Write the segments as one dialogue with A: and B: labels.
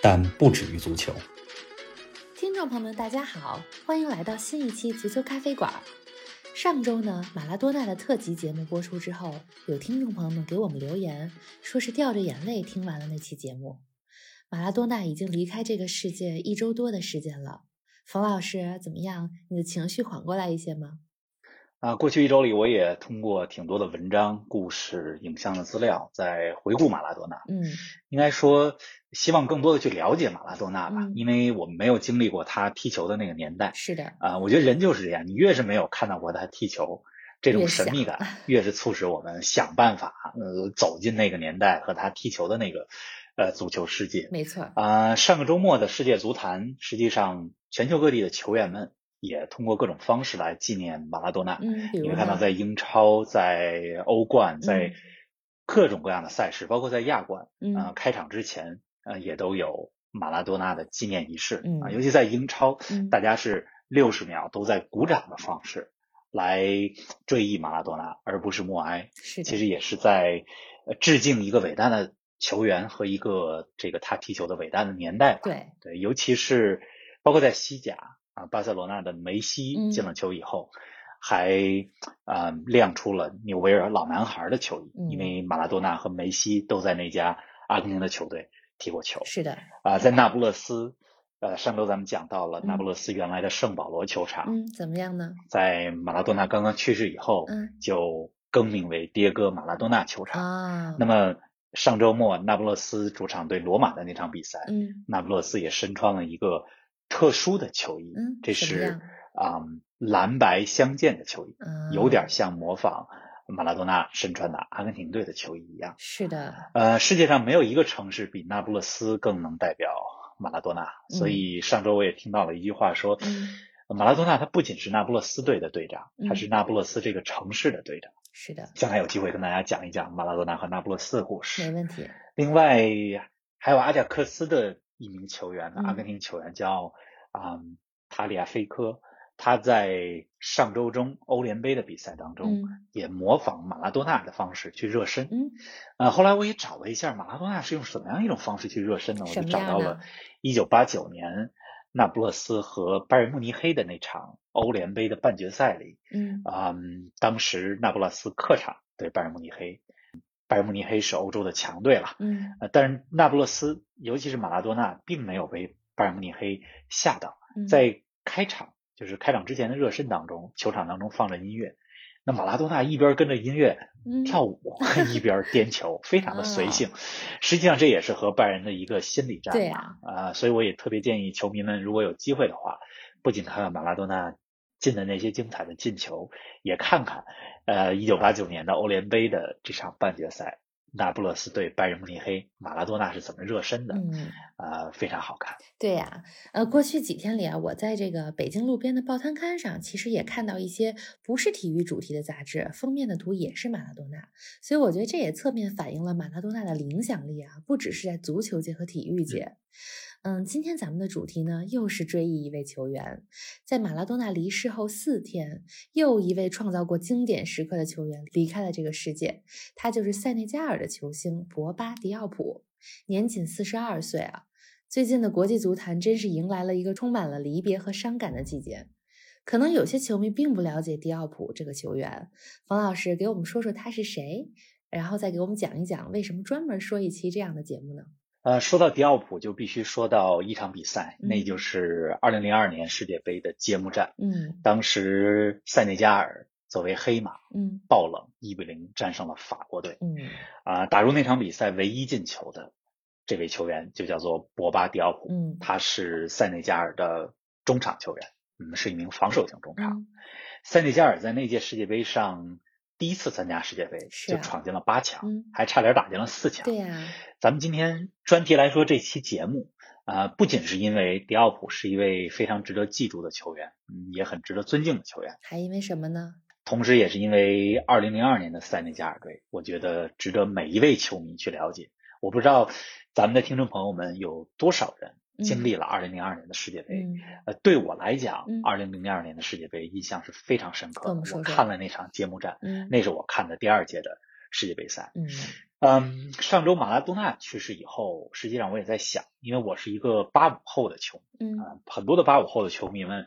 A: 但不止于足球。
B: 听众朋友们，大家好，欢迎来到新一期足球咖啡馆。上周呢，马拉多纳的特辑节目播出之后，有听众朋友们给我们留言，说是掉着眼泪听完了那期节目。马拉多纳已经离开这个世界一周多的时间了，冯老师怎么样？你的情绪缓过来一些吗？
C: 啊，过去一周里，我也通过挺多的文章、故事、影像的资料，在回顾马拉多纳。
B: 嗯，
C: 应该说，希望更多的去了解马拉多纳吧，
B: 嗯
C: 因为我们没有经历过他踢球的那个年代。
B: 是的，
C: 啊，我觉得人就是这样，你越是没有看到过他踢球，这
B: 越
C: 种神秘
B: 想
C: 感 越是促使我们想办法，呃，走进那个年代和他踢球的那个，呃，足球世界。
B: 没错。
C: 啊，上个周末的世界足坛，实际上全球各地的球员们也通过各种方式来纪念马拉多纳。
B: 嗯，比
C: 你
B: 如
C: 会
B: 呢
C: 看到在英超、在欧冠、在
B: 嗯
C: 各种各样的赛事，包括在亚冠，
B: 嗯
C: 啊，开场之前，呃，也都有马拉多纳的纪念仪式
B: 嗯
C: 啊。尤其在英超
B: 嗯，
C: 大家是六十秒都在鼓掌的方式来追忆马拉多纳，而不是默哀。
B: 是的，
C: 其实也是在呃致敬一个伟大的球员和一个这个他踢球的伟大的年代吧。
B: 对，
C: 对，尤其是包括在西甲啊，巴塞罗那的梅
B: 嗯
C: 西进了球以后，还啊、呃亮出了纽维尔老男孩的球衣，
B: 嗯
C: 因为马拉多纳和梅西都在那家阿根廷的球队踢过球
B: 是的，
C: 啊、在那不勒斯。呃，上周咱们讲到了那不
B: 嗯
C: 勒斯原来的圣保罗球场，
B: 嗯，怎么样呢？
C: 在马拉多纳刚刚去世以后，
B: 嗯
C: 就更名为迭戈马拉多纳球场。
B: 啊，
C: 那么上周末那不勒斯主场对罗马的那场比赛，
B: 嗯
C: 那不勒斯也身穿了一个特殊的球衣，
B: 嗯，
C: 这
B: 怎么
C: 是
B: 样
C: 啊、嗯蓝白相间的球衣，
B: 啊
C: 有点像模仿马拉多纳身穿的阿根廷队的球衣一样。
B: 是的，
C: 呃，世界上没有一个城市比那不勒斯更能代表马拉多纳，
B: 嗯
C: 所以上周我也听到了一句话说，
B: 嗯
C: 马拉多纳他不仅是那不勒斯队的队长，他
B: 嗯
C: 是那不勒斯这个城市的队长。
B: 是的，
C: 将来有机会跟大家讲一讲马拉多纳和那不勒斯的故事。
B: 没问题。
C: 另外还有阿贾克斯的一名球员，
B: 嗯
C: 阿根廷球员叫啊、嗯塔利亚菲科，他在上周中欧联杯的比赛当中、
B: 嗯
C: 也模仿马拉多纳的方式去热身。
B: 嗯，
C: 呃，后来我也找了一下马拉多纳是用什么样一种方式去热身呢？我
B: 什
C: 就
B: 么
C: 找
B: 样
C: 到
B: 呢
C: 了1989年那不勒斯和拜仁慕尼黑的那场欧联杯的半决赛里，
B: 嗯
C: 嗯，当时那不勒斯客场对拜仁慕尼黑，拜仁慕尼黑是欧洲的强队了。
B: 嗯
C: 呃，但是那不勒斯，尤其是马拉多纳，并没有被拜仁慕尼黑吓到，
B: 嗯，
C: 在开场就是开场之前的热身当中，球场当中放着音乐，那马拉多纳一边跟着音乐
B: 嗯
C: 跳舞，一边颠球，非常的随 性。实际上这也是和拜仁的一个心理
B: 啊
C: 战
B: 对
C: 嘛
B: 啊，
C: 啊、所以我也特别建议球迷们，如果有机会的话，不仅看看马拉多纳进的那些精彩的进球，也看看呃一九八九年的欧联杯的这场半决赛，那不勒斯对拜仁慕尼黑，马拉多纳是怎么热身的，
B: 嗯。
C: 啊、非常好看。
B: 对呀、呃，过去几天里啊，我在这个北京路边的报摊摊上，其实也看到一些不是体育主题的杂志，封面的图也是马拉多纳，所以我觉得这也侧面反映了马拉多纳的影响力啊，不只是在足球界和体育界。嗯，今天咱们的主题呢，又是追忆一位球员，在马拉多纳离世后四天，又一位创造过经典时刻的球员离开了这个世界，他就是塞内加尔的球星博巴迪奥普，年仅四十二岁啊。最近的国际足坛真是迎来了一个充满了离别和伤感的季节。可能有些球迷并不了解迪奥普这个球员，冯老师给我们说说他是谁，然后再给我们讲一讲为什么专门说一期这样的节目呢？
C: 呃，说到迪奥普，就必须说到一场比赛，那
B: 嗯
C: 就是二零零二年世界杯的揭幕战，
B: 嗯
C: 当时塞内加尔作为黑马
B: 嗯
C: 爆冷一比零战胜了法国队。
B: 嗯
C: 啊，打入那场比赛唯一进球的这位球员就叫做博巴迪奥普，
B: 嗯
C: 他是塞内加尔的中场球员，嗯，是一名防守型中场。
B: 嗯
C: 塞内加尔在那届世界杯上第一次参加世界杯
B: 是
C: 就
B: 啊
C: 闯进了八强，
B: 嗯
C: 还差点打进了四强。
B: 对呀、
C: 咱们今天专题来说这期节目，啊、不仅是因为迪奥普是一位非常值得记住的球员，嗯，也很值得尊敬的球员，
B: 还因为什么呢？
C: 同时也是因为2002年的塞内加尔队，我觉得值得每一位球迷去了解。我不知道咱们的听众朋友们有多少人经历了2002年的世界杯。
B: 嗯，
C: 呃，对我来讲
B: 嗯，
C: 二零零二年的世界杯印象是非常深刻
B: 跟我
C: 的。
B: 们说
C: 我
B: 说
C: 看了那场揭幕战，
B: 嗯
C: 那是我看的第二届的世界杯赛。
B: 嗯
C: 嗯，上周马拉多纳去世以后，实际上我也在想，因为我是一个八五后的球迷
B: 嗯
C: 啊、很多的八五后的球迷们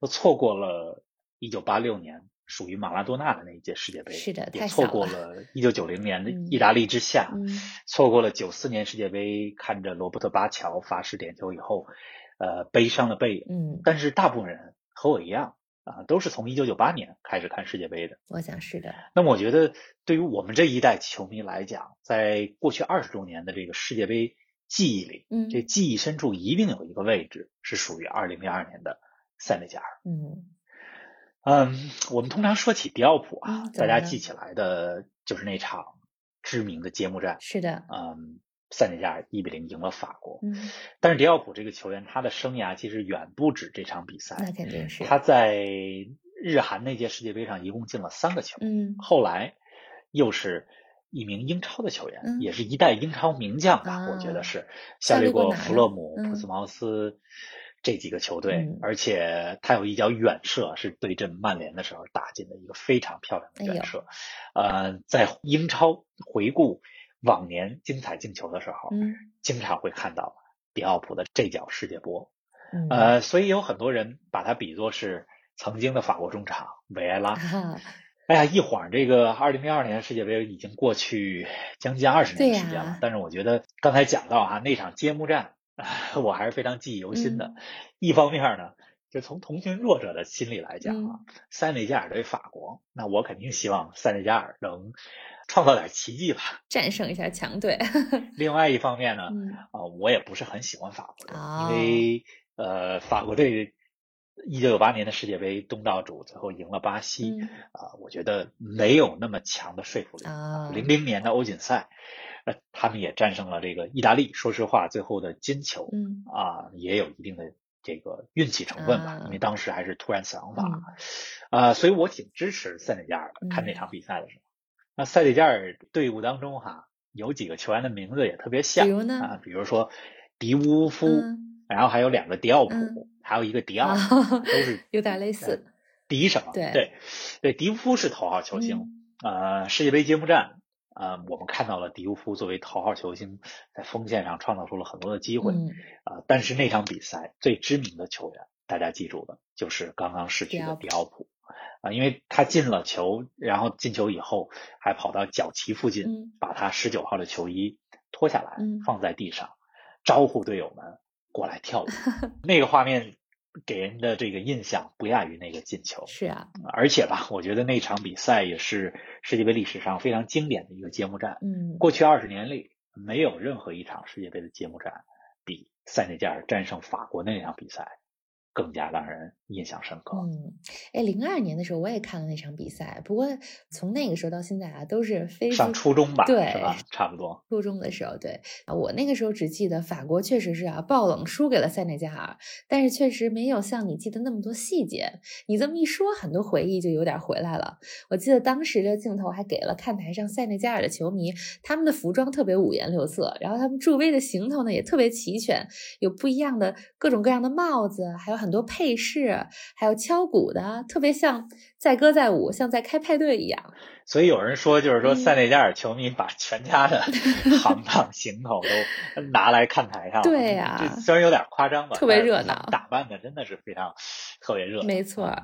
C: 都错过了一九八六年属于马拉多纳的那一届世界杯，
B: 是的
C: 也
B: 太
C: 错
B: 小
C: 过
B: 了
C: 了一九九零年的
B: 嗯
C: 意大利之夏，
B: 嗯
C: 错过了九四年世界杯，看着罗伯特巴乔罚失点球以后，呃，悲伤的背影。
B: 嗯，
C: 但是大部分人和我一样啊，都是从一九九八年开始看世界杯的。
B: 我想是的，
C: 那么我觉得，对于我们这一代球迷来讲，在过去二十周年的这个世界杯记忆里，
B: 嗯
C: 这记忆深处一定有一个位置是属于二零零二年的塞内加尔。
B: 嗯
C: 嗯，我们通常说起迪奥普啊，
B: 嗯怎
C: 大
B: 么
C: 家
B: 了
C: 记起来的就是那场知名的揭幕战，
B: 是的，
C: 嗯，塞内加尔一比零赢了法国。
B: 嗯，
C: 但是迪奥普这个球员，他的生涯其实远不止这场比赛，
B: 那肯定是，
C: 他在日韩那届世界杯上一共进了三个球，
B: 嗯
C: 后来又是一名英超的球员，
B: 嗯
C: 也是一代英超名将吧，
B: 啊
C: 我觉得是
B: 效
C: 效
B: 力
C: 力
B: 过
C: 过
B: 哪
C: 弗
B: 呢
C: 勒姆、
B: 嗯
C: 普斯茅斯这几个球队，
B: 嗯
C: 而且他有一脚远射是对阵曼联的时候打进的一个非常漂亮的
B: 哎呦
C: 远射。呃，在英超回顾往年精彩进球的时候，
B: 嗯
C: 经常会看到迪奥普的这脚世界波。
B: 嗯
C: 呃，所以有很多人把他比作是曾经的法国中场维埃拉。
B: 啊，
C: 哎呀，一晃这个二零零二年世界杯已经过去将近二十年的时间
B: 对
C: 了。
B: 呀
C: 但是我觉得刚才讲到啊，那场揭幕战， 我还是非常记忆犹新的。
B: 嗯
C: 一方面呢，就从同情弱者的心理来讲啊，
B: 嗯
C: 塞内加尔对法国，那我肯定希望塞内加尔能创造点奇迹吧。
B: 战胜一下强队，
C: 另外一方面呢，
B: 嗯
C: 啊、我也不是很喜欢法国队，
B: 哦
C: 因为呃，法国队一九九八年的世界杯东道主最后赢了巴西，
B: 嗯
C: 啊、我觉得没有那么强的说服力。
B: 啊，
C: 零零年的欧锦赛，呃，他们也战胜了这个意大利，说实话，最后的金球
B: 嗯
C: 啊、也有一定的这个运气成分吧，
B: 啊
C: 因为当时还是突然死亡法，
B: 嗯
C: 啊、所以我挺支持塞内加尔的。看那
B: 嗯
C: 场比赛的时候，那塞内加尔队伍当中哈，有几个球员的名字也特别像，
B: 比如呢
C: 啊，比如说迪乌夫，
B: 嗯
C: 然后还有两个迪奥普，
B: 嗯
C: 还有一个迪奥，
B: 啊，
C: 都是
B: 有点类似，
C: 迪什么？
B: 对嗯
C: 对对，迪乌夫是头号球星。呃，世界杯揭幕战，呃，我们看到了迪乌夫作为头号球星在锋线上创造出了很多的机会。
B: 嗯，
C: 啊，但是那场比赛最知名的球员，大家记住的就是刚刚逝去
B: 迪奥
C: 的
B: 普
C: 迪奥普啊，因为他进了球，然后进球以后还跑到角旗附近，
B: 嗯
C: 把他十九号的球衣脱下来、
B: 嗯
C: 放在地上，招呼队友们过来跳舞， 那个画面给人的这个印象不亚于那个进球。
B: 是啊，
C: 而且吧，我觉得那场比赛也是世界杯历史上非常经典的一个揭幕战，
B: 嗯，
C: 过去二十年里，没有任何一场世界杯的揭幕战比塞内加尔战胜法国那场比赛更加让人印象深刻。
B: 嗯，哎，零二年的时候我也看了那场比赛，不过从那个时候到现在啊，都是非
C: 上
B: 常
C: 初中吧，
B: 对
C: 是吧？差不多。
B: 初中的时候，对啊，我那个时候只记得法国确实是啊爆冷输给了塞内加尔，但是确实没有像你记得那么多细节。你这么一说，很多回忆就有点回来了。我记得当时的镜头还给了看台上塞内加尔的球迷，他们的服装特别五颜六色，然后他们助威的行头呢也特别齐全，有不一样的各种各样的帽子，还有很多配饰，还有敲鼓的，啊特别像载歌载舞，像在开派对一样。
C: 所以有人说，就是说
B: 嗯
C: 塞内加尔球迷把全家的行当行头都拿来看台上了，
B: 对呀
C: 这虽然有点夸张吧，
B: 特别
C: 但是
B: 热
C: 他们
B: 闹
C: 打扮的真的是非常特别热闹。
B: 没错儿，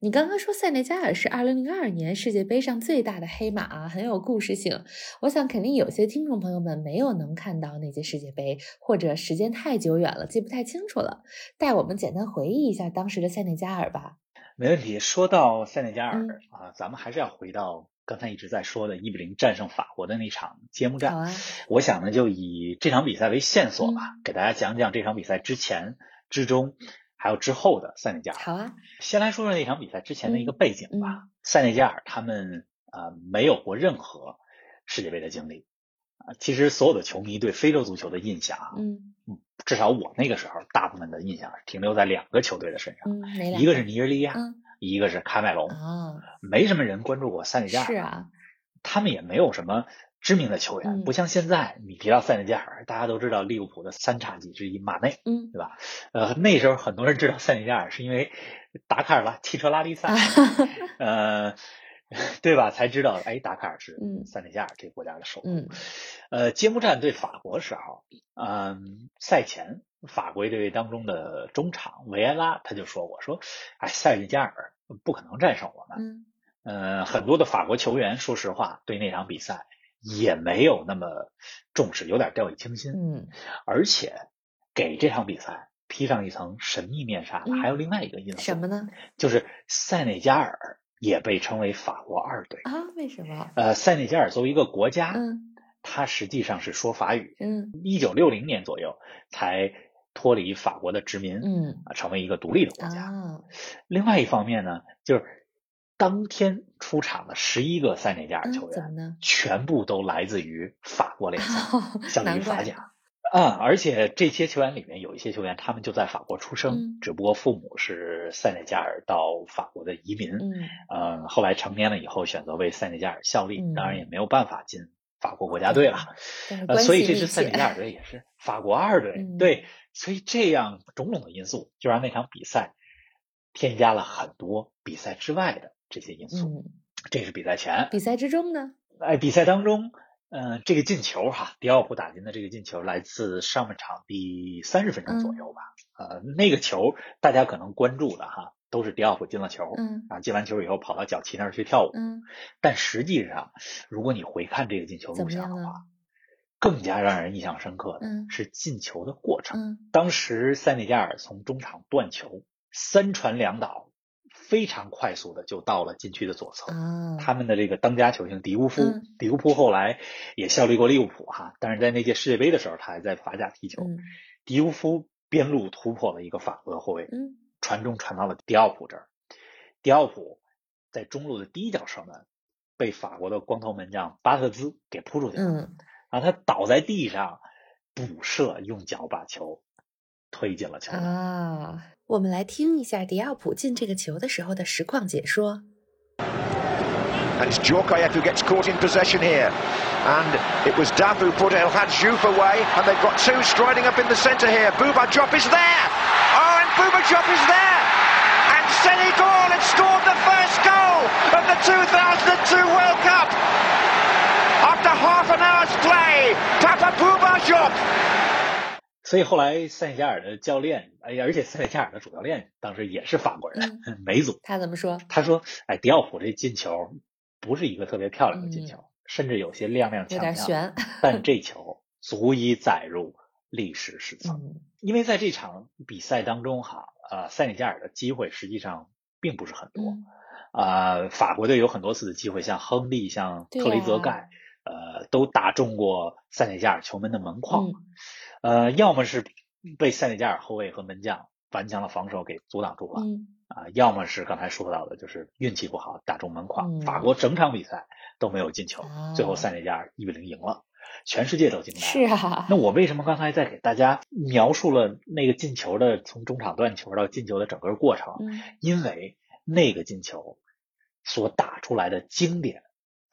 B: 你刚刚说塞内加尔是二零零二年世界杯上最大的黑马啊，很有故事性。我想肯定有些听众朋友们没有能看到那届世界杯，或者时间太久远了，记不太清楚了。带我们简单回忆一下当时的塞内加尔吧。
C: 没问题。说到塞内加尔、
B: 嗯
C: 啊，咱们还是要回到刚才一直在说的1比0战胜法国的那场揭幕战。
B: 好啊嗯
C: 我想呢，就以这场比赛为线索吧，给大家讲讲这场比赛之前、之中还有之后的塞内加尔。
B: 好啊，
C: 先来说说那场比赛之前的一个
B: 嗯
C: 背景吧。塞内加尔他们啊、没有过任何世界杯的经历啊。其实所有的球迷对非洲足球的印象啊，
B: 嗯
C: 至少我那个时候大部分的印象是停留在两个球队的身上，
B: 嗯，哪两
C: 一个是尼日利亚，
B: 嗯
C: 一个是喀麦隆，
B: 啊，
C: 没什么人关注过塞内加尔。
B: 是啊，
C: 他们也没有什么知名的球员，
B: 嗯
C: 不像现在你提到塞内加尔，大家都知道利物浦的三叉戟之一马内。
B: 嗯
C: 呃，那时候很多人知道塞内加尔是因为达喀尔拉汽车拉力赛
B: 啊，，
C: 呃， 对吧？才知道哎，达喀尔是
B: 嗯
C: 塞内加尔这个国家的首都。
B: 嗯
C: 呃，揭幕战对法国时候，嗯、赛前法国队当中的中场维埃拉他就说我说，哎，塞内加尔不可能战胜我们。
B: 嗯
C: 呃，很多的法国球员，说实话，对那场比赛也没有那么重视，有点掉以轻心，
B: 嗯
C: 而且给这场比赛披上一层神秘面纱的
B: 嗯
C: 还有另外一个因素，
B: 什么呢？
C: 就是塞内加尔也被称为法国二队。
B: 啊，为什么？
C: 呃，塞内加尔作为一个国家，
B: 嗯
C: 它实际上是说法语，
B: 嗯
C: 一九六零年左右才脱离法国的殖民，
B: 嗯
C: 啊，成为一个独立的国家。
B: 啊，
C: 另外一方面呢，就是当天出场的十一个塞内加尔
B: 嗯
C: 球员
B: 怎，么呢？
C: 全部都来自于法国 联赛，效力
B: 难
C: 于法
B: 怪
C: 甲。啊、而且这些球员里面有一些球员，他们就在法国出生，
B: 嗯
C: 只不过父母是塞内加尔到法国的移民，
B: 嗯
C: 呃，后来成年了以后选择为塞内加尔效力，
B: 嗯
C: 当然也没有办法进法国国家队了。
B: 但是
C: 呃，
B: 关
C: 所以
B: 系
C: 这
B: 密
C: 支塞内
B: 切
C: 加尔队也是法国二队，
B: 嗯
C: 对，所以这样种种的因素就让那场比赛添加了很多比赛之外的这些因素。
B: 嗯，
C: 这是比赛前，
B: 比赛之中呢，
C: 哎，比赛当中，嗯，这个进球哈，迪奥普打进的这个进球来自上半场第三十分钟
B: 嗯
C: 左右吧，呃，那个球大家可能关注的哈，都是迪奥普进了球。
B: 嗯
C: 啊，进完球以后跑到脚旗那儿去跳舞，
B: 嗯，
C: 但实际上，如果你回看这个进球
B: 怎
C: 录
B: 么
C: 像
B: 样
C: 的
B: 呢
C: 话，？更加让人印象深刻的
B: 嗯
C: 是进球的过程。
B: 嗯
C: 当时塞内加尔从中场断球，三传两倒，非常快速的就到了禁区的左侧。
B: 啊，
C: 他们的这个当家球星迪乌夫，
B: 嗯
C: 迪乌夫后来也效力过利物浦哈，但是在那届世界杯的时候，他还在法甲踢球。
B: 嗯
C: 迪乌夫边路突破了一个法国的后卫，
B: 嗯
C: 传中传到了迪奥普这儿，迪奥普在中路的第一脚射门被法国的光头门将巴特兹给扑出去了。
B: 嗯
C: 然后他倒在地上，补射，用脚把球推进了球门。
B: 啊，
D: 我们来听一下迪奥普进这个球的时候的实况解说。
E: And it's Jokayev who gets caught in possession here. And it was Dav who put El Hadjouf away. And they've got two striding up in the centre here. Bubachop is there. Oh, and Bubachop is there. And Senegal had scored the first goal of the 2002 World Cup. After half an hour's play, Papa Bubachop
C: 所以后来塞内加尔的教练，哎呀，而且塞内加尔的主教练当时也是法国人，
B: 嗯
C: 梅祖。
B: 他怎么说？
C: 他说：“哎，迪奥普这进球不是一个特别漂亮的进球，甚至有些踉踉
B: 嗯有
C: 跄
B: 点
C: 跄，
B: 悬，嗯
C: 但这球足以载入历史史册。
B: 嗯
C: 因为在这场比赛当中，哈，呃，塞内加尔的机会实际上并不是很多。
B: 嗯
C: 啊、法国队有很多次的机会，像亨利、像
B: 对
C: 特雷泽
B: 呀
C: 盖，呃，都打中过塞内加尔球门的门框。
B: 嗯
C: 呃，要么是被塞内加尔后卫和门将顽强的防守给阻挡住了
B: 嗯
C: 啊、要么是刚才说到的，就是运气不好打中门框。
B: 嗯
C: 法国整场比赛都没有进球，最后
B: 啊
C: 塞内加尔一比零赢了，全世界都惊呆了。
B: 是啊，
C: 那我为什么刚才在给大家描述了那个进球的从中场断球到进球的整个过程？
B: 嗯
C: 因为那个进球所打出来的经典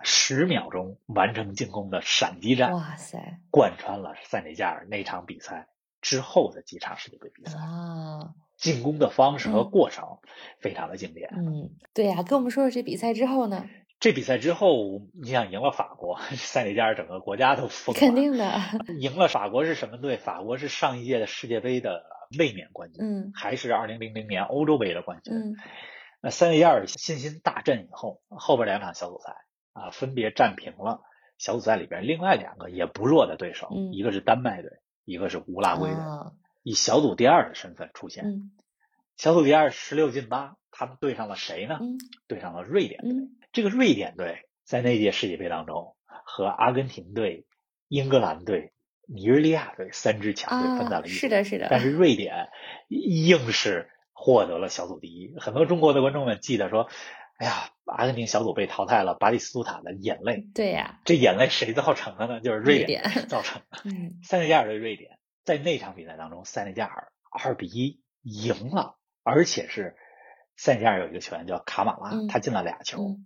C: 十秒钟完成进攻的闪击战，
B: 哇塞
C: 贯穿了塞内加尔那场比赛之后的几场世界杯比赛，
B: 啊，
C: 进攻的方式和
B: 嗯
C: 过程非常的经典。
B: 嗯，对呀、跟我们说说这比赛之后呢？
C: 这比赛之后，你想赢了法国， 塞内加尔整个国家都疯了。
B: 肯定的，
C: 赢了法国是什么队？法国是上一届的世界杯的卫冕冠军，
B: 嗯
C: 还是二零零零年欧洲杯的冠军。
B: 嗯
C: 那塞内加尔信心大振以后，后边两场小组赛啊，分别战平了小组赛里边另外两个也不弱的对手，
B: 嗯
C: 一个是丹麦队，一个是乌拉圭队，
B: 啊
C: 以小组第二的身份出现。
B: 嗯
C: 小组第二十六进八，他们对上了谁呢？
B: 嗯
C: 对上了瑞典队。
B: 嗯
C: 这个瑞典队在那届世界杯当中和阿根廷队、英格兰队、尼日利亚队三支强队分在
B: 啊，
C: 了一组。
B: 是的，是的，
C: 但是瑞典硬是获得了小组第一。很多中国的观众们记得说，哎呀，阿根廷小组被淘汰了，巴蒂斯图塔的眼泪，
B: 对呀、
C: 这眼泪谁造成的呢？就是瑞
B: 瑞典
C: 造成的。
B: 嗯，
C: 塞内加尔对瑞典，在那场比赛当中，塞内加尔二比一赢了，而且是塞内加尔有一个球员叫卡马拉，
B: 嗯
C: 他进了俩球，
B: 嗯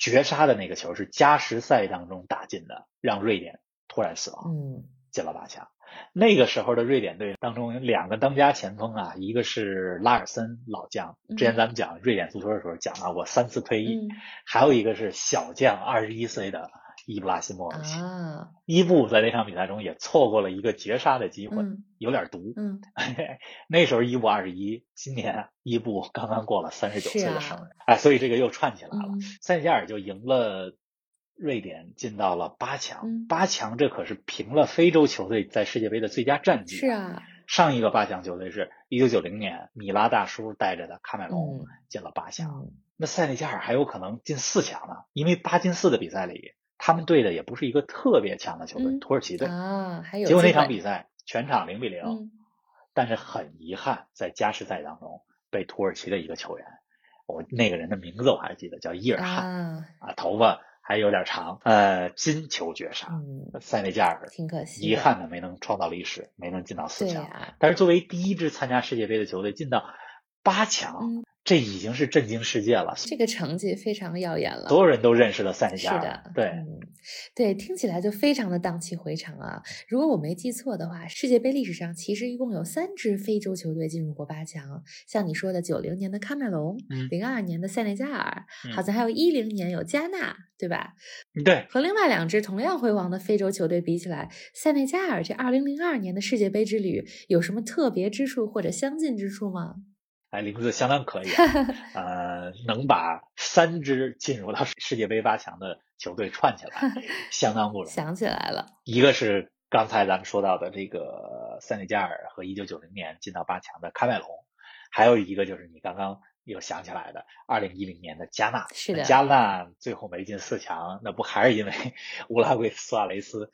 C: 绝杀的那个球是加时赛当中打进的，让瑞典突然死亡，
B: 嗯，
C: 进了八强。那个时候的瑞典队当中有两个当家前锋啊，一个是拉尔森老将，之前
B: 嗯
C: 咱们讲瑞典足球的时候讲到过三次退役，
B: 嗯
C: 还有一个是小将二十一岁的伊布拉希莫维奇。
B: 啊，
C: 伊布在那场比赛中也错过了一个绝杀的机会，
B: 嗯
C: 有点毒。
B: 嗯，
C: 那时候伊布二十一，今年伊布刚刚过了三十九岁
B: 是
C: 的
B: 啊
C: 生日，哎，所以这个又串起来了。
B: 嗯
C: 塞内加尔就赢了瑞典，进到了八强。
B: 嗯
C: 八强这可是平了非洲球队在世界杯的最佳战绩。
B: 是，啊，
C: 上一个八强球队是一九九零年米拉大叔带着的喀麦隆
B: 嗯
C: 进了八强。
B: 嗯
C: 那塞内加尔还有可能进四强呢，因为八进四的比赛里，他们对的也不是一个特别强的球队，
B: 嗯
C: 土耳其队。
B: 啊，还有
C: 结果那
B: 机会
C: 场比赛全场零比零、
B: 嗯
C: 但是很遗憾，在加时赛当中被土耳其的一个球员，我那个人的名字我还记得，叫伊尔汗。
B: 啊，
C: 啊，头发还有点长，呃，金球绝杀，
B: 嗯，
C: 塞内加尔
B: 挺可惜，
C: 遗，憾的没能创造历史，没能进到四
B: 对啊
C: 强。
B: 呀，
C: 但是作为第一支参加世界杯的球队进到八强，
B: 嗯
C: 这已经是震惊世界了，
B: 这个成绩非常耀眼了
C: 所。有人都认识了塞内
B: 是
C: 加
B: 的
C: 尔，。对，
B: 嗯，对，听起来就非常的荡气回肠啊！如果我没记错的话，世界杯历史上其实一共有三支非洲球队进入过八强，像你说的九零年的喀麦隆
C: 嗯，
B: 零二、年的塞内加尔，好
C: 嗯
B: 像还有一零年有加纳，对吧？
C: 对，
B: 和另外两支同样辉煌的非洲球队比起来，塞内加尔这二零零二年的世界杯之旅有什么特别之处或者相近之处吗？
C: 哎，林子相当可 以、啊，呃，能把三支进入到世界杯八强的球队串起 来，相当不容易。
B: 想起来了，
C: 一个是刚才咱们说到的这个塞内加尔和一九九零年进到八强的喀麦隆，还有一个就是你刚刚又想起来的二零一零年的加纳。
B: 是
C: 那
B: 的
C: 加纳最后没进四强，那不还是因为 乌拉圭苏亚雷 斯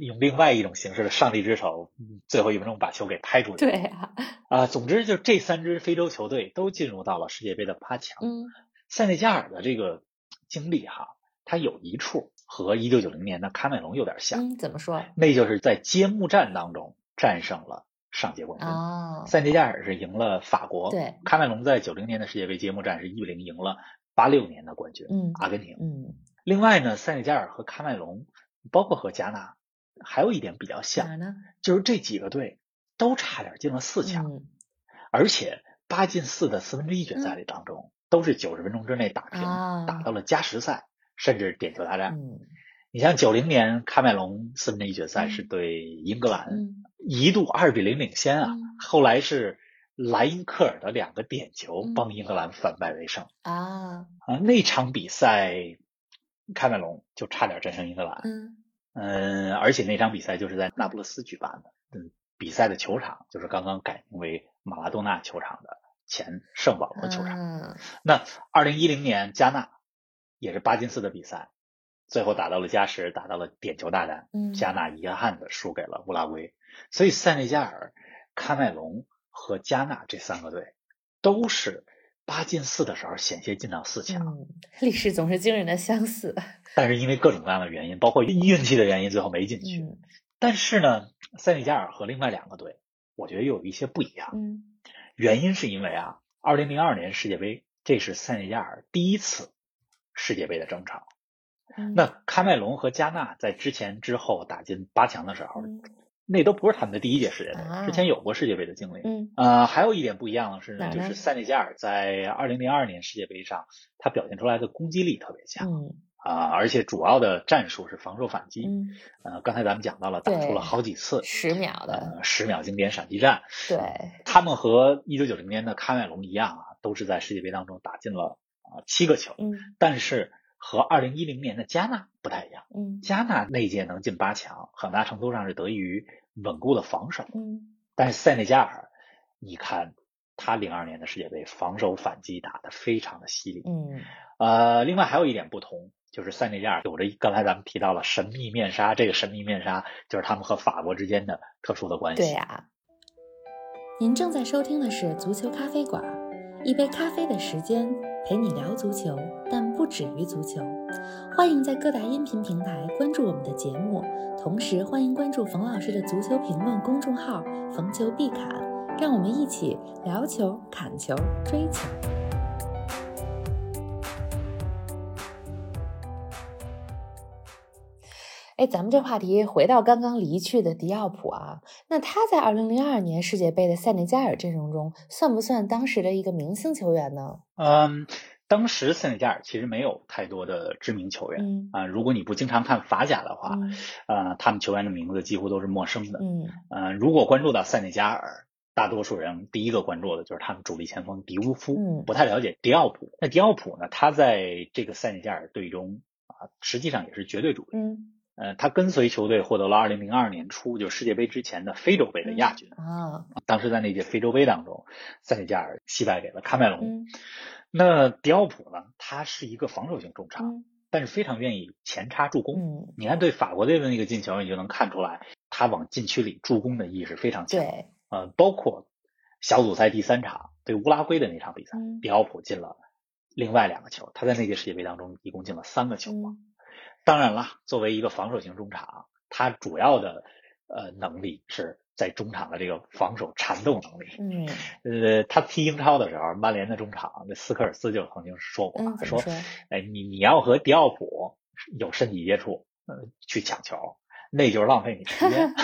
C: 用另外一种形式的上帝之手，嗯最后一分钟把球给拍出去。
B: 对啊，
C: 啊、总之就这三支非洲球队都进入到了世界杯的八强。
B: 嗯
C: 塞内加尔的这个经历哈，它有一处和一九九零年的喀麦隆有点像。
B: 嗯，怎么说？
C: 那就是在揭幕战当中战胜了上届冠军。
B: 哦，
C: 塞内加尔是赢了法嗯国，
B: 对
C: 喀麦隆在九零年的世界杯揭幕战是一比零赢了八六年的冠军、
B: 嗯
C: 阿根廷。
B: 嗯。
C: 另外呢，塞内加尔和喀麦隆，包括和加纳，还有一点比较
B: 哪
C: 像，
B: 儿呢？
C: 就是这几个队都差点进了四强，
B: 嗯
C: 而且八进四的四分之一决赛里当中、都是九十分钟之内打平，
B: 啊
C: 打到了加时赛，甚至点球大战。
B: 嗯
C: 你像九零年喀麦隆四分之一决赛是对英格兰，
B: 嗯
C: 一度二比零领先啊，
B: 嗯
C: 后来是莱因克尔的两个点球
B: 嗯
C: 帮英格兰反败为胜、
B: 啊
C: 啊。那场比赛，喀麦隆就差点战胜英格兰，
B: 嗯
C: 嗯，而且那场比赛就是在那不勒斯举办的，嗯，比赛的球场就是刚刚改名为马拉多纳球场的前圣保罗球场。
B: 啊
C: 那二零一零年加纳也是八进四的比赛，最后打到了加时，打到了点球大战，
B: 嗯
C: 加纳遗憾的输给了乌拉圭。所以塞内加尔、喀麦隆和加纳这三个队都是八进四的时候险些进到四强，
B: 嗯，历史总是惊人的相似。
C: 但是因为各种各样的原因，包括运气的原因，最后没进 去。
B: 嗯
C: 但是呢，塞内加尔和另外两个队，我觉得又有一些不一样。
B: 嗯
C: 原因是因为啊，二零零二年世界杯，这是塞内加尔第一次世界杯的征程。
B: 嗯，
C: 那喀麦隆和加纳在之前之后打进八强的时候，
B: 嗯
C: 那都不是他们的第一届世界杯，
B: 啊
C: 之前有过世界杯的经历。
B: 嗯
C: 呃，还有一点不一样的是
B: 哪
C: 呢，
B: 儿
C: 就
B: 呢
C: 是塞内加尔在二零零二年世界杯上，他表现出来的攻击力特别强
B: 嗯
C: 啊、而且主要的战术是防守反击。
B: 嗯，
C: 呃，刚才咱们讲到了，打出
B: 对
C: 了好几次
B: 十秒的，
C: 呃十秒经典闪击战，
B: 对，
C: 他们和一九九零年的喀麦隆一样啊，都是在世界杯当中打进了啊七个球，
B: 嗯
C: 但是和二零一零年的加纳不太一样。
B: 嗯
C: 加纳那届能进八强，很大程度上是得益于稳固的防守。
B: 嗯
C: 但是塞内加尔，你看他零二年的世界杯防守反击打得非常的犀利。
B: 嗯
C: 呃，另外还有一点不同，就是塞内加尔有着一刚才咱们提到了神秘面纱，这个神秘面纱就是他们和法国之间的特殊的关系。
B: 对啊呀、您正在收听的是《足球咖啡馆》，一杯咖啡的时间陪你聊足球，但不止于足球。欢迎在各大音频平台关注我们的节目，同时欢迎关注冯老师的足球评论公众号“冯球必侃”，让我们一起聊球、砍球、追球。哎，咱们这话题回到刚刚离去的迪奥普啊，那他在二零零二年世界杯的塞内加尔阵容中，算不算当时的一个明星球员呢？
C: 嗯，当时塞内加尔其实没有太多的知名球员
B: 嗯
C: 啊、如果你不经常看法甲的话，
B: 嗯
C: 呃，他们球员的名字几乎都是陌生的。
B: 嗯
C: 呃，如果关注到塞内加尔，大多数人第一个关注的就是他们主力前锋迪乌夫
B: 嗯，
C: 不太了解迪奥普。那迪奥普呢，他在这个塞内加尔队中啊，实际上也是绝对主力。
B: 嗯
C: 呃，他跟随球队获得了2002年初就世界杯之前的非洲杯的亚军。
B: 啊
C: 当时在那届非洲杯当中，塞内加尔惜败给了喀麦隆。
B: 嗯
C: 那迪奥普呢，他是一个防守型中场，
B: 嗯
C: 但是非常愿意前插助攻。
B: 嗯，
C: 你看对法国队的那个进球，你就能看出来，他往禁区里助攻的意识非常强。
B: 对，
C: 呃，包括小组赛第三场对乌拉圭的那场比赛，
B: 嗯
C: 迪奥普进了另外两个球，他在那届世界杯当中一共进了三个球嘛。
B: 嗯
C: 当然啦，作为一个防守型中场，他主要的呃能力是在中场的这个防守缠斗能力。
B: 嗯
C: 呃，他踢英超的时候，曼联的中场那斯科尔斯就曾经说过啊，
B: 嗯，怎么
C: 说
B: 说？
C: 哎，你你要和迪奥普有身体接触，呃，去抢球，那就是浪费你 时间，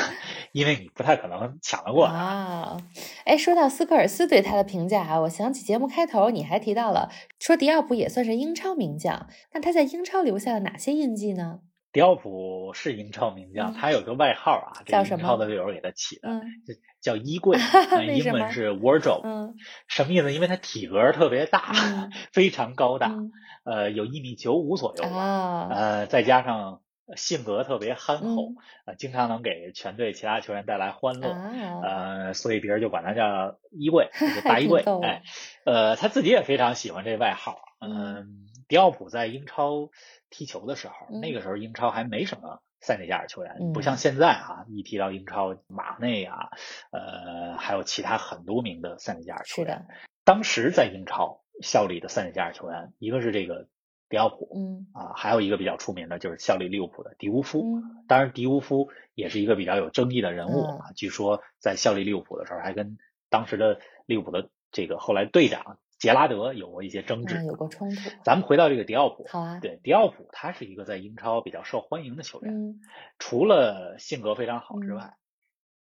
C: 因为你不太可能抢得过他。
B: 啊，哎，说到斯科尔斯对他的评价啊，我想起节目开头你还提到了，说迪奥普也算是英超名将，那他在英超留下了哪些印记呢？
C: 迪奥普是英超名将，
B: 嗯
C: 他有个外号啊，这
B: 叫
C: 英
B: 什么
C: 超的队友给他起的，
B: 嗯
C: 叫 衣柜，呃
B: 为
C: 英
B: 什么
C: 文是 wardrobe，、
B: 嗯
C: 什么意思？因为他体格特别大，
B: 嗯
C: 非常高大，
B: 嗯
C: 呃，有一米九五左右吧，
B: 啊，
C: 呃，再加上性格特别憨厚，
B: 嗯
C: 呃，经常能给全队其他球员带来欢乐，
B: 啊，
C: 呃，所以别人就管他叫衣柜，就 是
B: 还
C: 大衣
B: 挺
C: 柜。
B: 逗
C: 哎，呃，他自己也非常喜欢这外 号。嗯，迪奥普在英超踢球的时候，那
B: 嗯
C: 个时候英超还没什么塞内加尔球员，不
B: 嗯
C: 像现在啊，一提到英超，马内啊，呃，还有其他很多名的塞内加尔球
B: 是
C: 员
B: 的。，
C: 当时在英超效力的塞内加尔球员，一个是这个迪奥普。
B: 嗯
C: 啊，还有一个比较出名的就是效力利物浦的迪乌夫，
B: 嗯
C: 当然，迪乌夫也是一个比较有争议的人物
B: 嗯
C: 啊。据说在效力利物浦的时候，还跟当时的利物浦的这个后来队长杰拉德有过一些争执。
B: 啊，有过冲突，
C: 咱们回到这个迪奥普，
B: 好啊，
C: 对迪奥普，他是一个在英超比较受欢迎的球员，
B: 嗯
C: 除了性格非常好之
B: 嗯
C: 外，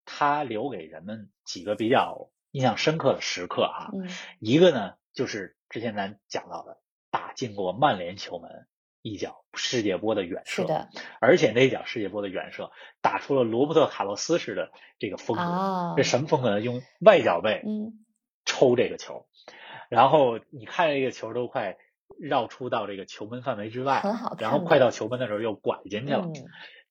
C: 他留给人们几个比较印象深刻的时刻啊。
B: 嗯
C: 一个呢，就是之前咱讲到的打进过曼联球门一脚世界波的远射，
B: 是的
C: 而且那一脚世界波的远射打出了罗伯特·卡洛斯式的这个风格。
B: 啊
C: 这，什么风格呢？用外脚背
B: 嗯
C: 抽这个球，然后你看这个球都快绕出到这个球门范围之外，
B: 很好
C: 然后
B: 看
C: 快
B: 的
C: 到球门的时候又拐进去了。
B: 嗯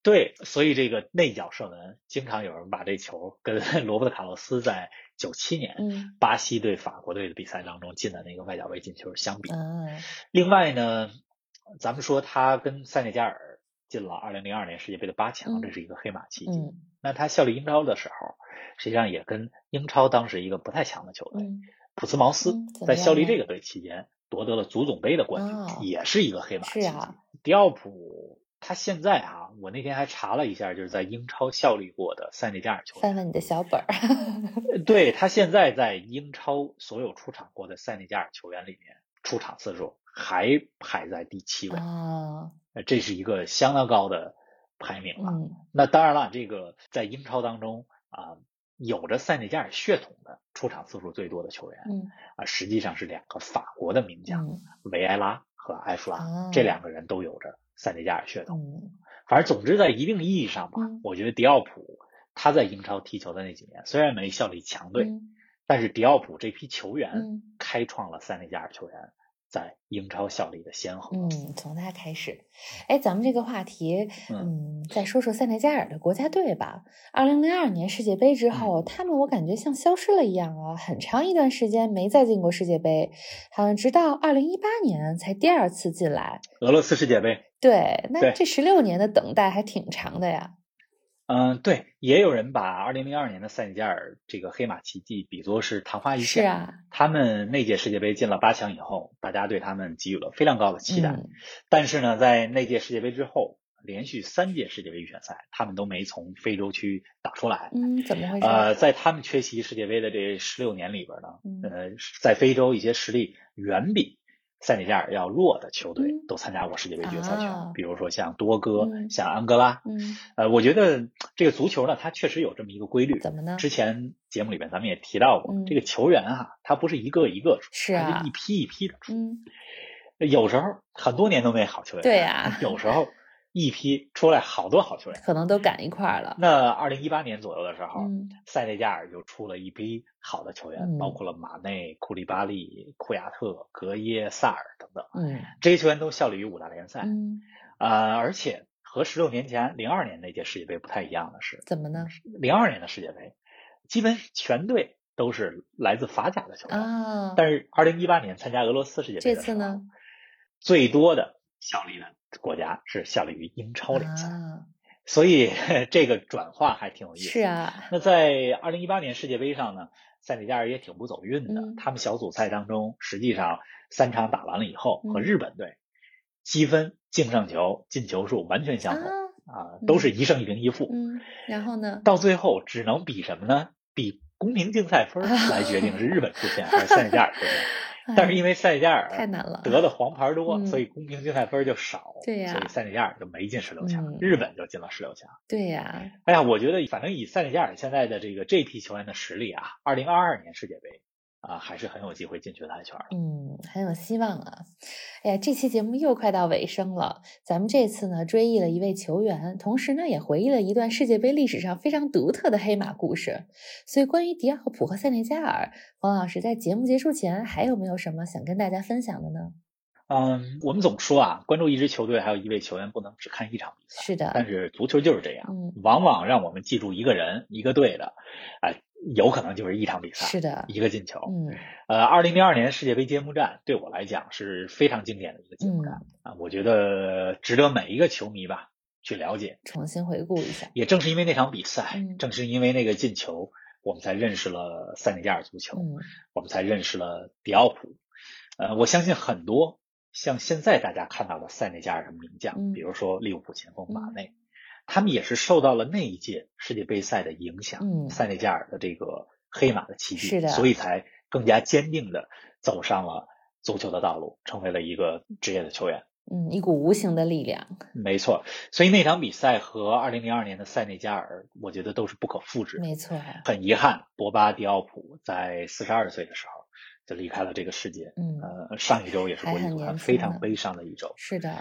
C: 对，所以这个内角射门，经常有人把这球跟 罗伯特·卡洛斯在九七年
B: 嗯
C: 巴西对法国队的比赛当中进的那个外脚位进球相比。
B: 啊
C: 另外呢，咱们说他跟塞内加尔进了2002年世界杯的八
B: 嗯
C: 强，这是一个黑马奇迹。
B: 嗯
C: 那他效力英超的时候，实际上也跟英超当时一个不太强的球队、
B: 嗯
C: 普斯茅斯
B: 嗯怎么
C: 在
B: 样
C: 效力
B: 呢
C: 这个队期间夺得了足总杯的冠军，
B: 哦
C: 也是一个黑马
B: 是
C: 奇迹。
B: 啊
C: 迪奥普他现在啊，我那天还查了一下，就是在英超效力过的塞内加尔球员
B: 翻，翻你的小本儿，
C: 对他现在在英超所有出场过的塞内加尔球员里面，出场次数还排在第七位，
B: 啊，
C: 呃这是一个相当高的排名了。
B: 嗯
C: 那当然了，这个在英超当中啊、有着塞内加尔血统的出场次数最多的球员
B: 嗯
C: 啊、实际上是两个法国的名将、
B: 嗯
C: 维埃拉和埃弗拉，
B: 啊
C: 这两个人都有着塞内加尔血统。
B: 嗯
C: 反正总之，在一定意义上吧，
B: 嗯
C: 我觉得迪奥普他在英超踢球的那几年，虽然没效力强队。
B: 嗯
C: 但是迪奥普这批球员
B: 嗯
C: 开创了塞内加尔球员在英超效力的先河。
B: 嗯，从他开始。哎，咱们这个话题，
C: 嗯
B: 嗯，再说说塞内加尔的国家队吧。二零零二年世界杯之
C: 嗯
B: 后，他们我感觉像消失了一样啊，很长一段时间没再进过世界杯，好像直到二零一八年才第二次进来。
C: 俄罗斯世界杯，
B: 对，那
C: 对
B: 这十六年的等待还挺长的呀。
C: 嗯，对，也有人把2002年的塞内加尔这个黑马奇迹比作是昙花一
B: 是
C: 现。
B: 啊，
C: 他们那届世界杯进了八强以后，大家对他们给予了非常高的期待。
B: 嗯
C: 但是呢，在那届世界杯之后，连续三届世界杯预选赛，他们都没从非洲区打出来。
B: 嗯，怎么回事？
C: 呃，在他们缺席世界杯的这十六年里边呢，
B: 嗯
C: 呃，在非洲一些实力远比塞内加尔要弱的球队
B: 嗯
C: 都参加过世界杯决赛圈，
B: 啊
C: 比如说像多哥、
B: 嗯
C: 像安哥拉。
B: 嗯，
C: 呃，我觉得这个足球呢，它确实有这么一个规律。
B: 怎么呢？
C: 之前节目里面咱们也提到过，
B: 嗯
C: 这个球员啊，他不是一个一个出，
B: 是
C: 他
B: 啊
C: 是一批一批的出。
B: 嗯，
C: 有时候很多年都没好球员，
B: 对啊呀
C: 有时候一批出来好多好球员。
B: 可能都赶一块儿 了。
C: 那二零一八年左右的时候，
B: 嗯
C: 塞内加尔就出了一批好的球员，
B: 嗯
C: 包括了马内、库里巴利、库亚特、格耶、萨尔等等，
B: 嗯
C: 这些球员都效力于五大联赛。
B: 嗯，
C: 呃，而且和十六年前零二年那届世界杯不太一样的是，
B: 怎么呢？
C: 零二年的世界杯基本全队都是来自法甲的球员，
B: 啊，
C: 但是二零一八年参加俄罗斯世界杯
B: 这
C: 的
B: 次
C: 时候
B: 呢？
C: 最多的效力的国家是效力于英超联赛，
B: 啊，
C: 所以 这个转化还挺有意思。
B: 是。啊，
C: 那在二零一八年世界杯上呢，塞内加尔也挺不走运的。
B: 嗯
C: 他们小组赛当中，实际上三场打完了以后，和
B: 嗯
C: 日本队积分、净胜球、进球数完全相同
B: 啊
C: 啊
B: 嗯
C: 都是一胜一平一负。
B: 嗯，然后呢？
C: 到最后只能比什么呢？比公平竞赛分
B: 啊
C: 儿来决定是日本出线还是塞内 加尔出线。但是因
B: 为
C: 为塞内加尔
B: 哎太难了，
C: 得的黄牌多，
B: 嗯
C: 所以公平竞赛分就少。
B: 对呀
C: 所以塞内加尔就没进十六强，
B: 嗯
C: 日本就进了十六强。
B: 对呀、
C: 哎呀，我觉得反正以塞内加尔现在的这个这批球员的实力啊，二零二二年世界杯啊，还是很有机会进决赛圈的。
B: 嗯，很有希望啊！哎呀，这期节目又快到尾声了，咱们这次呢追忆了一位球员，同时呢也回忆了一段世界杯历史上非常独特的黑马故事。所以，关于迪奥普和塞内加尔，黄老师在节目结束前还有没有什么想跟大家分享的呢？
C: 嗯，我们总说啊，关注一支球队还有一位球员，不能只看一场比赛。
B: 是的
C: 但，是足球就是这样，
B: 嗯，
C: 往往让我们记住一个人、一个队的，哎，有可能就是一场比赛，
B: 是的，
C: 一个进球。
B: 嗯
C: 呃，二零零二年世界杯揭幕战对我来讲是非常经典的一个揭幕战、
B: 嗯
C: 啊，我觉得值得每一个球迷吧去了解。
B: 重新回顾一下，
C: 也正是因为那场比赛，
B: 嗯
C: 正是因为那个进球，我们才认识了塞内加尔足球，
B: 嗯
C: 我们才认识了迪奥普。呃，我相信很多像现在大家看到的塞内加尔的名将，
B: 嗯
C: 比如说利物浦前锋马
B: 嗯
C: 内，他们也是受到了那一届世界杯赛的影响，
B: 嗯
C: 塞内加尔的这个黑马的奇迹，
B: 是的
C: 所以才更加坚定的走上了足球的道路，成为了一个职业的球员。
B: 嗯，一股无形的力量，
C: 没错，所以那场比赛和二零零二年的塞内加尔，我觉得都是不可复制的。
B: 没错，
C: 很遗憾，博巴迪奥普在四十二岁的时候就离开了这个世界。
B: 嗯，
C: 呃，上一周也是国际足
B: 还很年
C: 坛
B: 轻
C: 非
B: 呢
C: 常悲伤的一周，
B: 是的，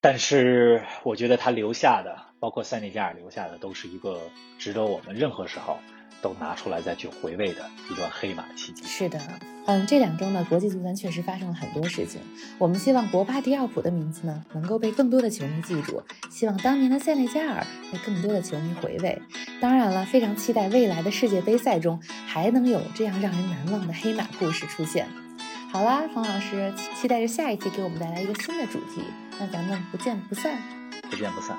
C: 但是我觉得他留下的，包括塞内加尔留下的，都是一个值得我们任何时候都拿出来再去回味的一段黑马的奇迹。
B: 是的，嗯，这两周呢，国际足坛确实发生了很多事情。我们希望博巴迪奥普的名字呢，能够被更多的球迷记住，希望当年的塞内加尔被更多的球迷回味。当然了，非常期待未来的世界杯赛中还能有这样让人难忘的黑马故事出现。好啦，黄老师，期期待着下一期给我们带来一个新的主题。那咱们不见不散。
C: 不见不散。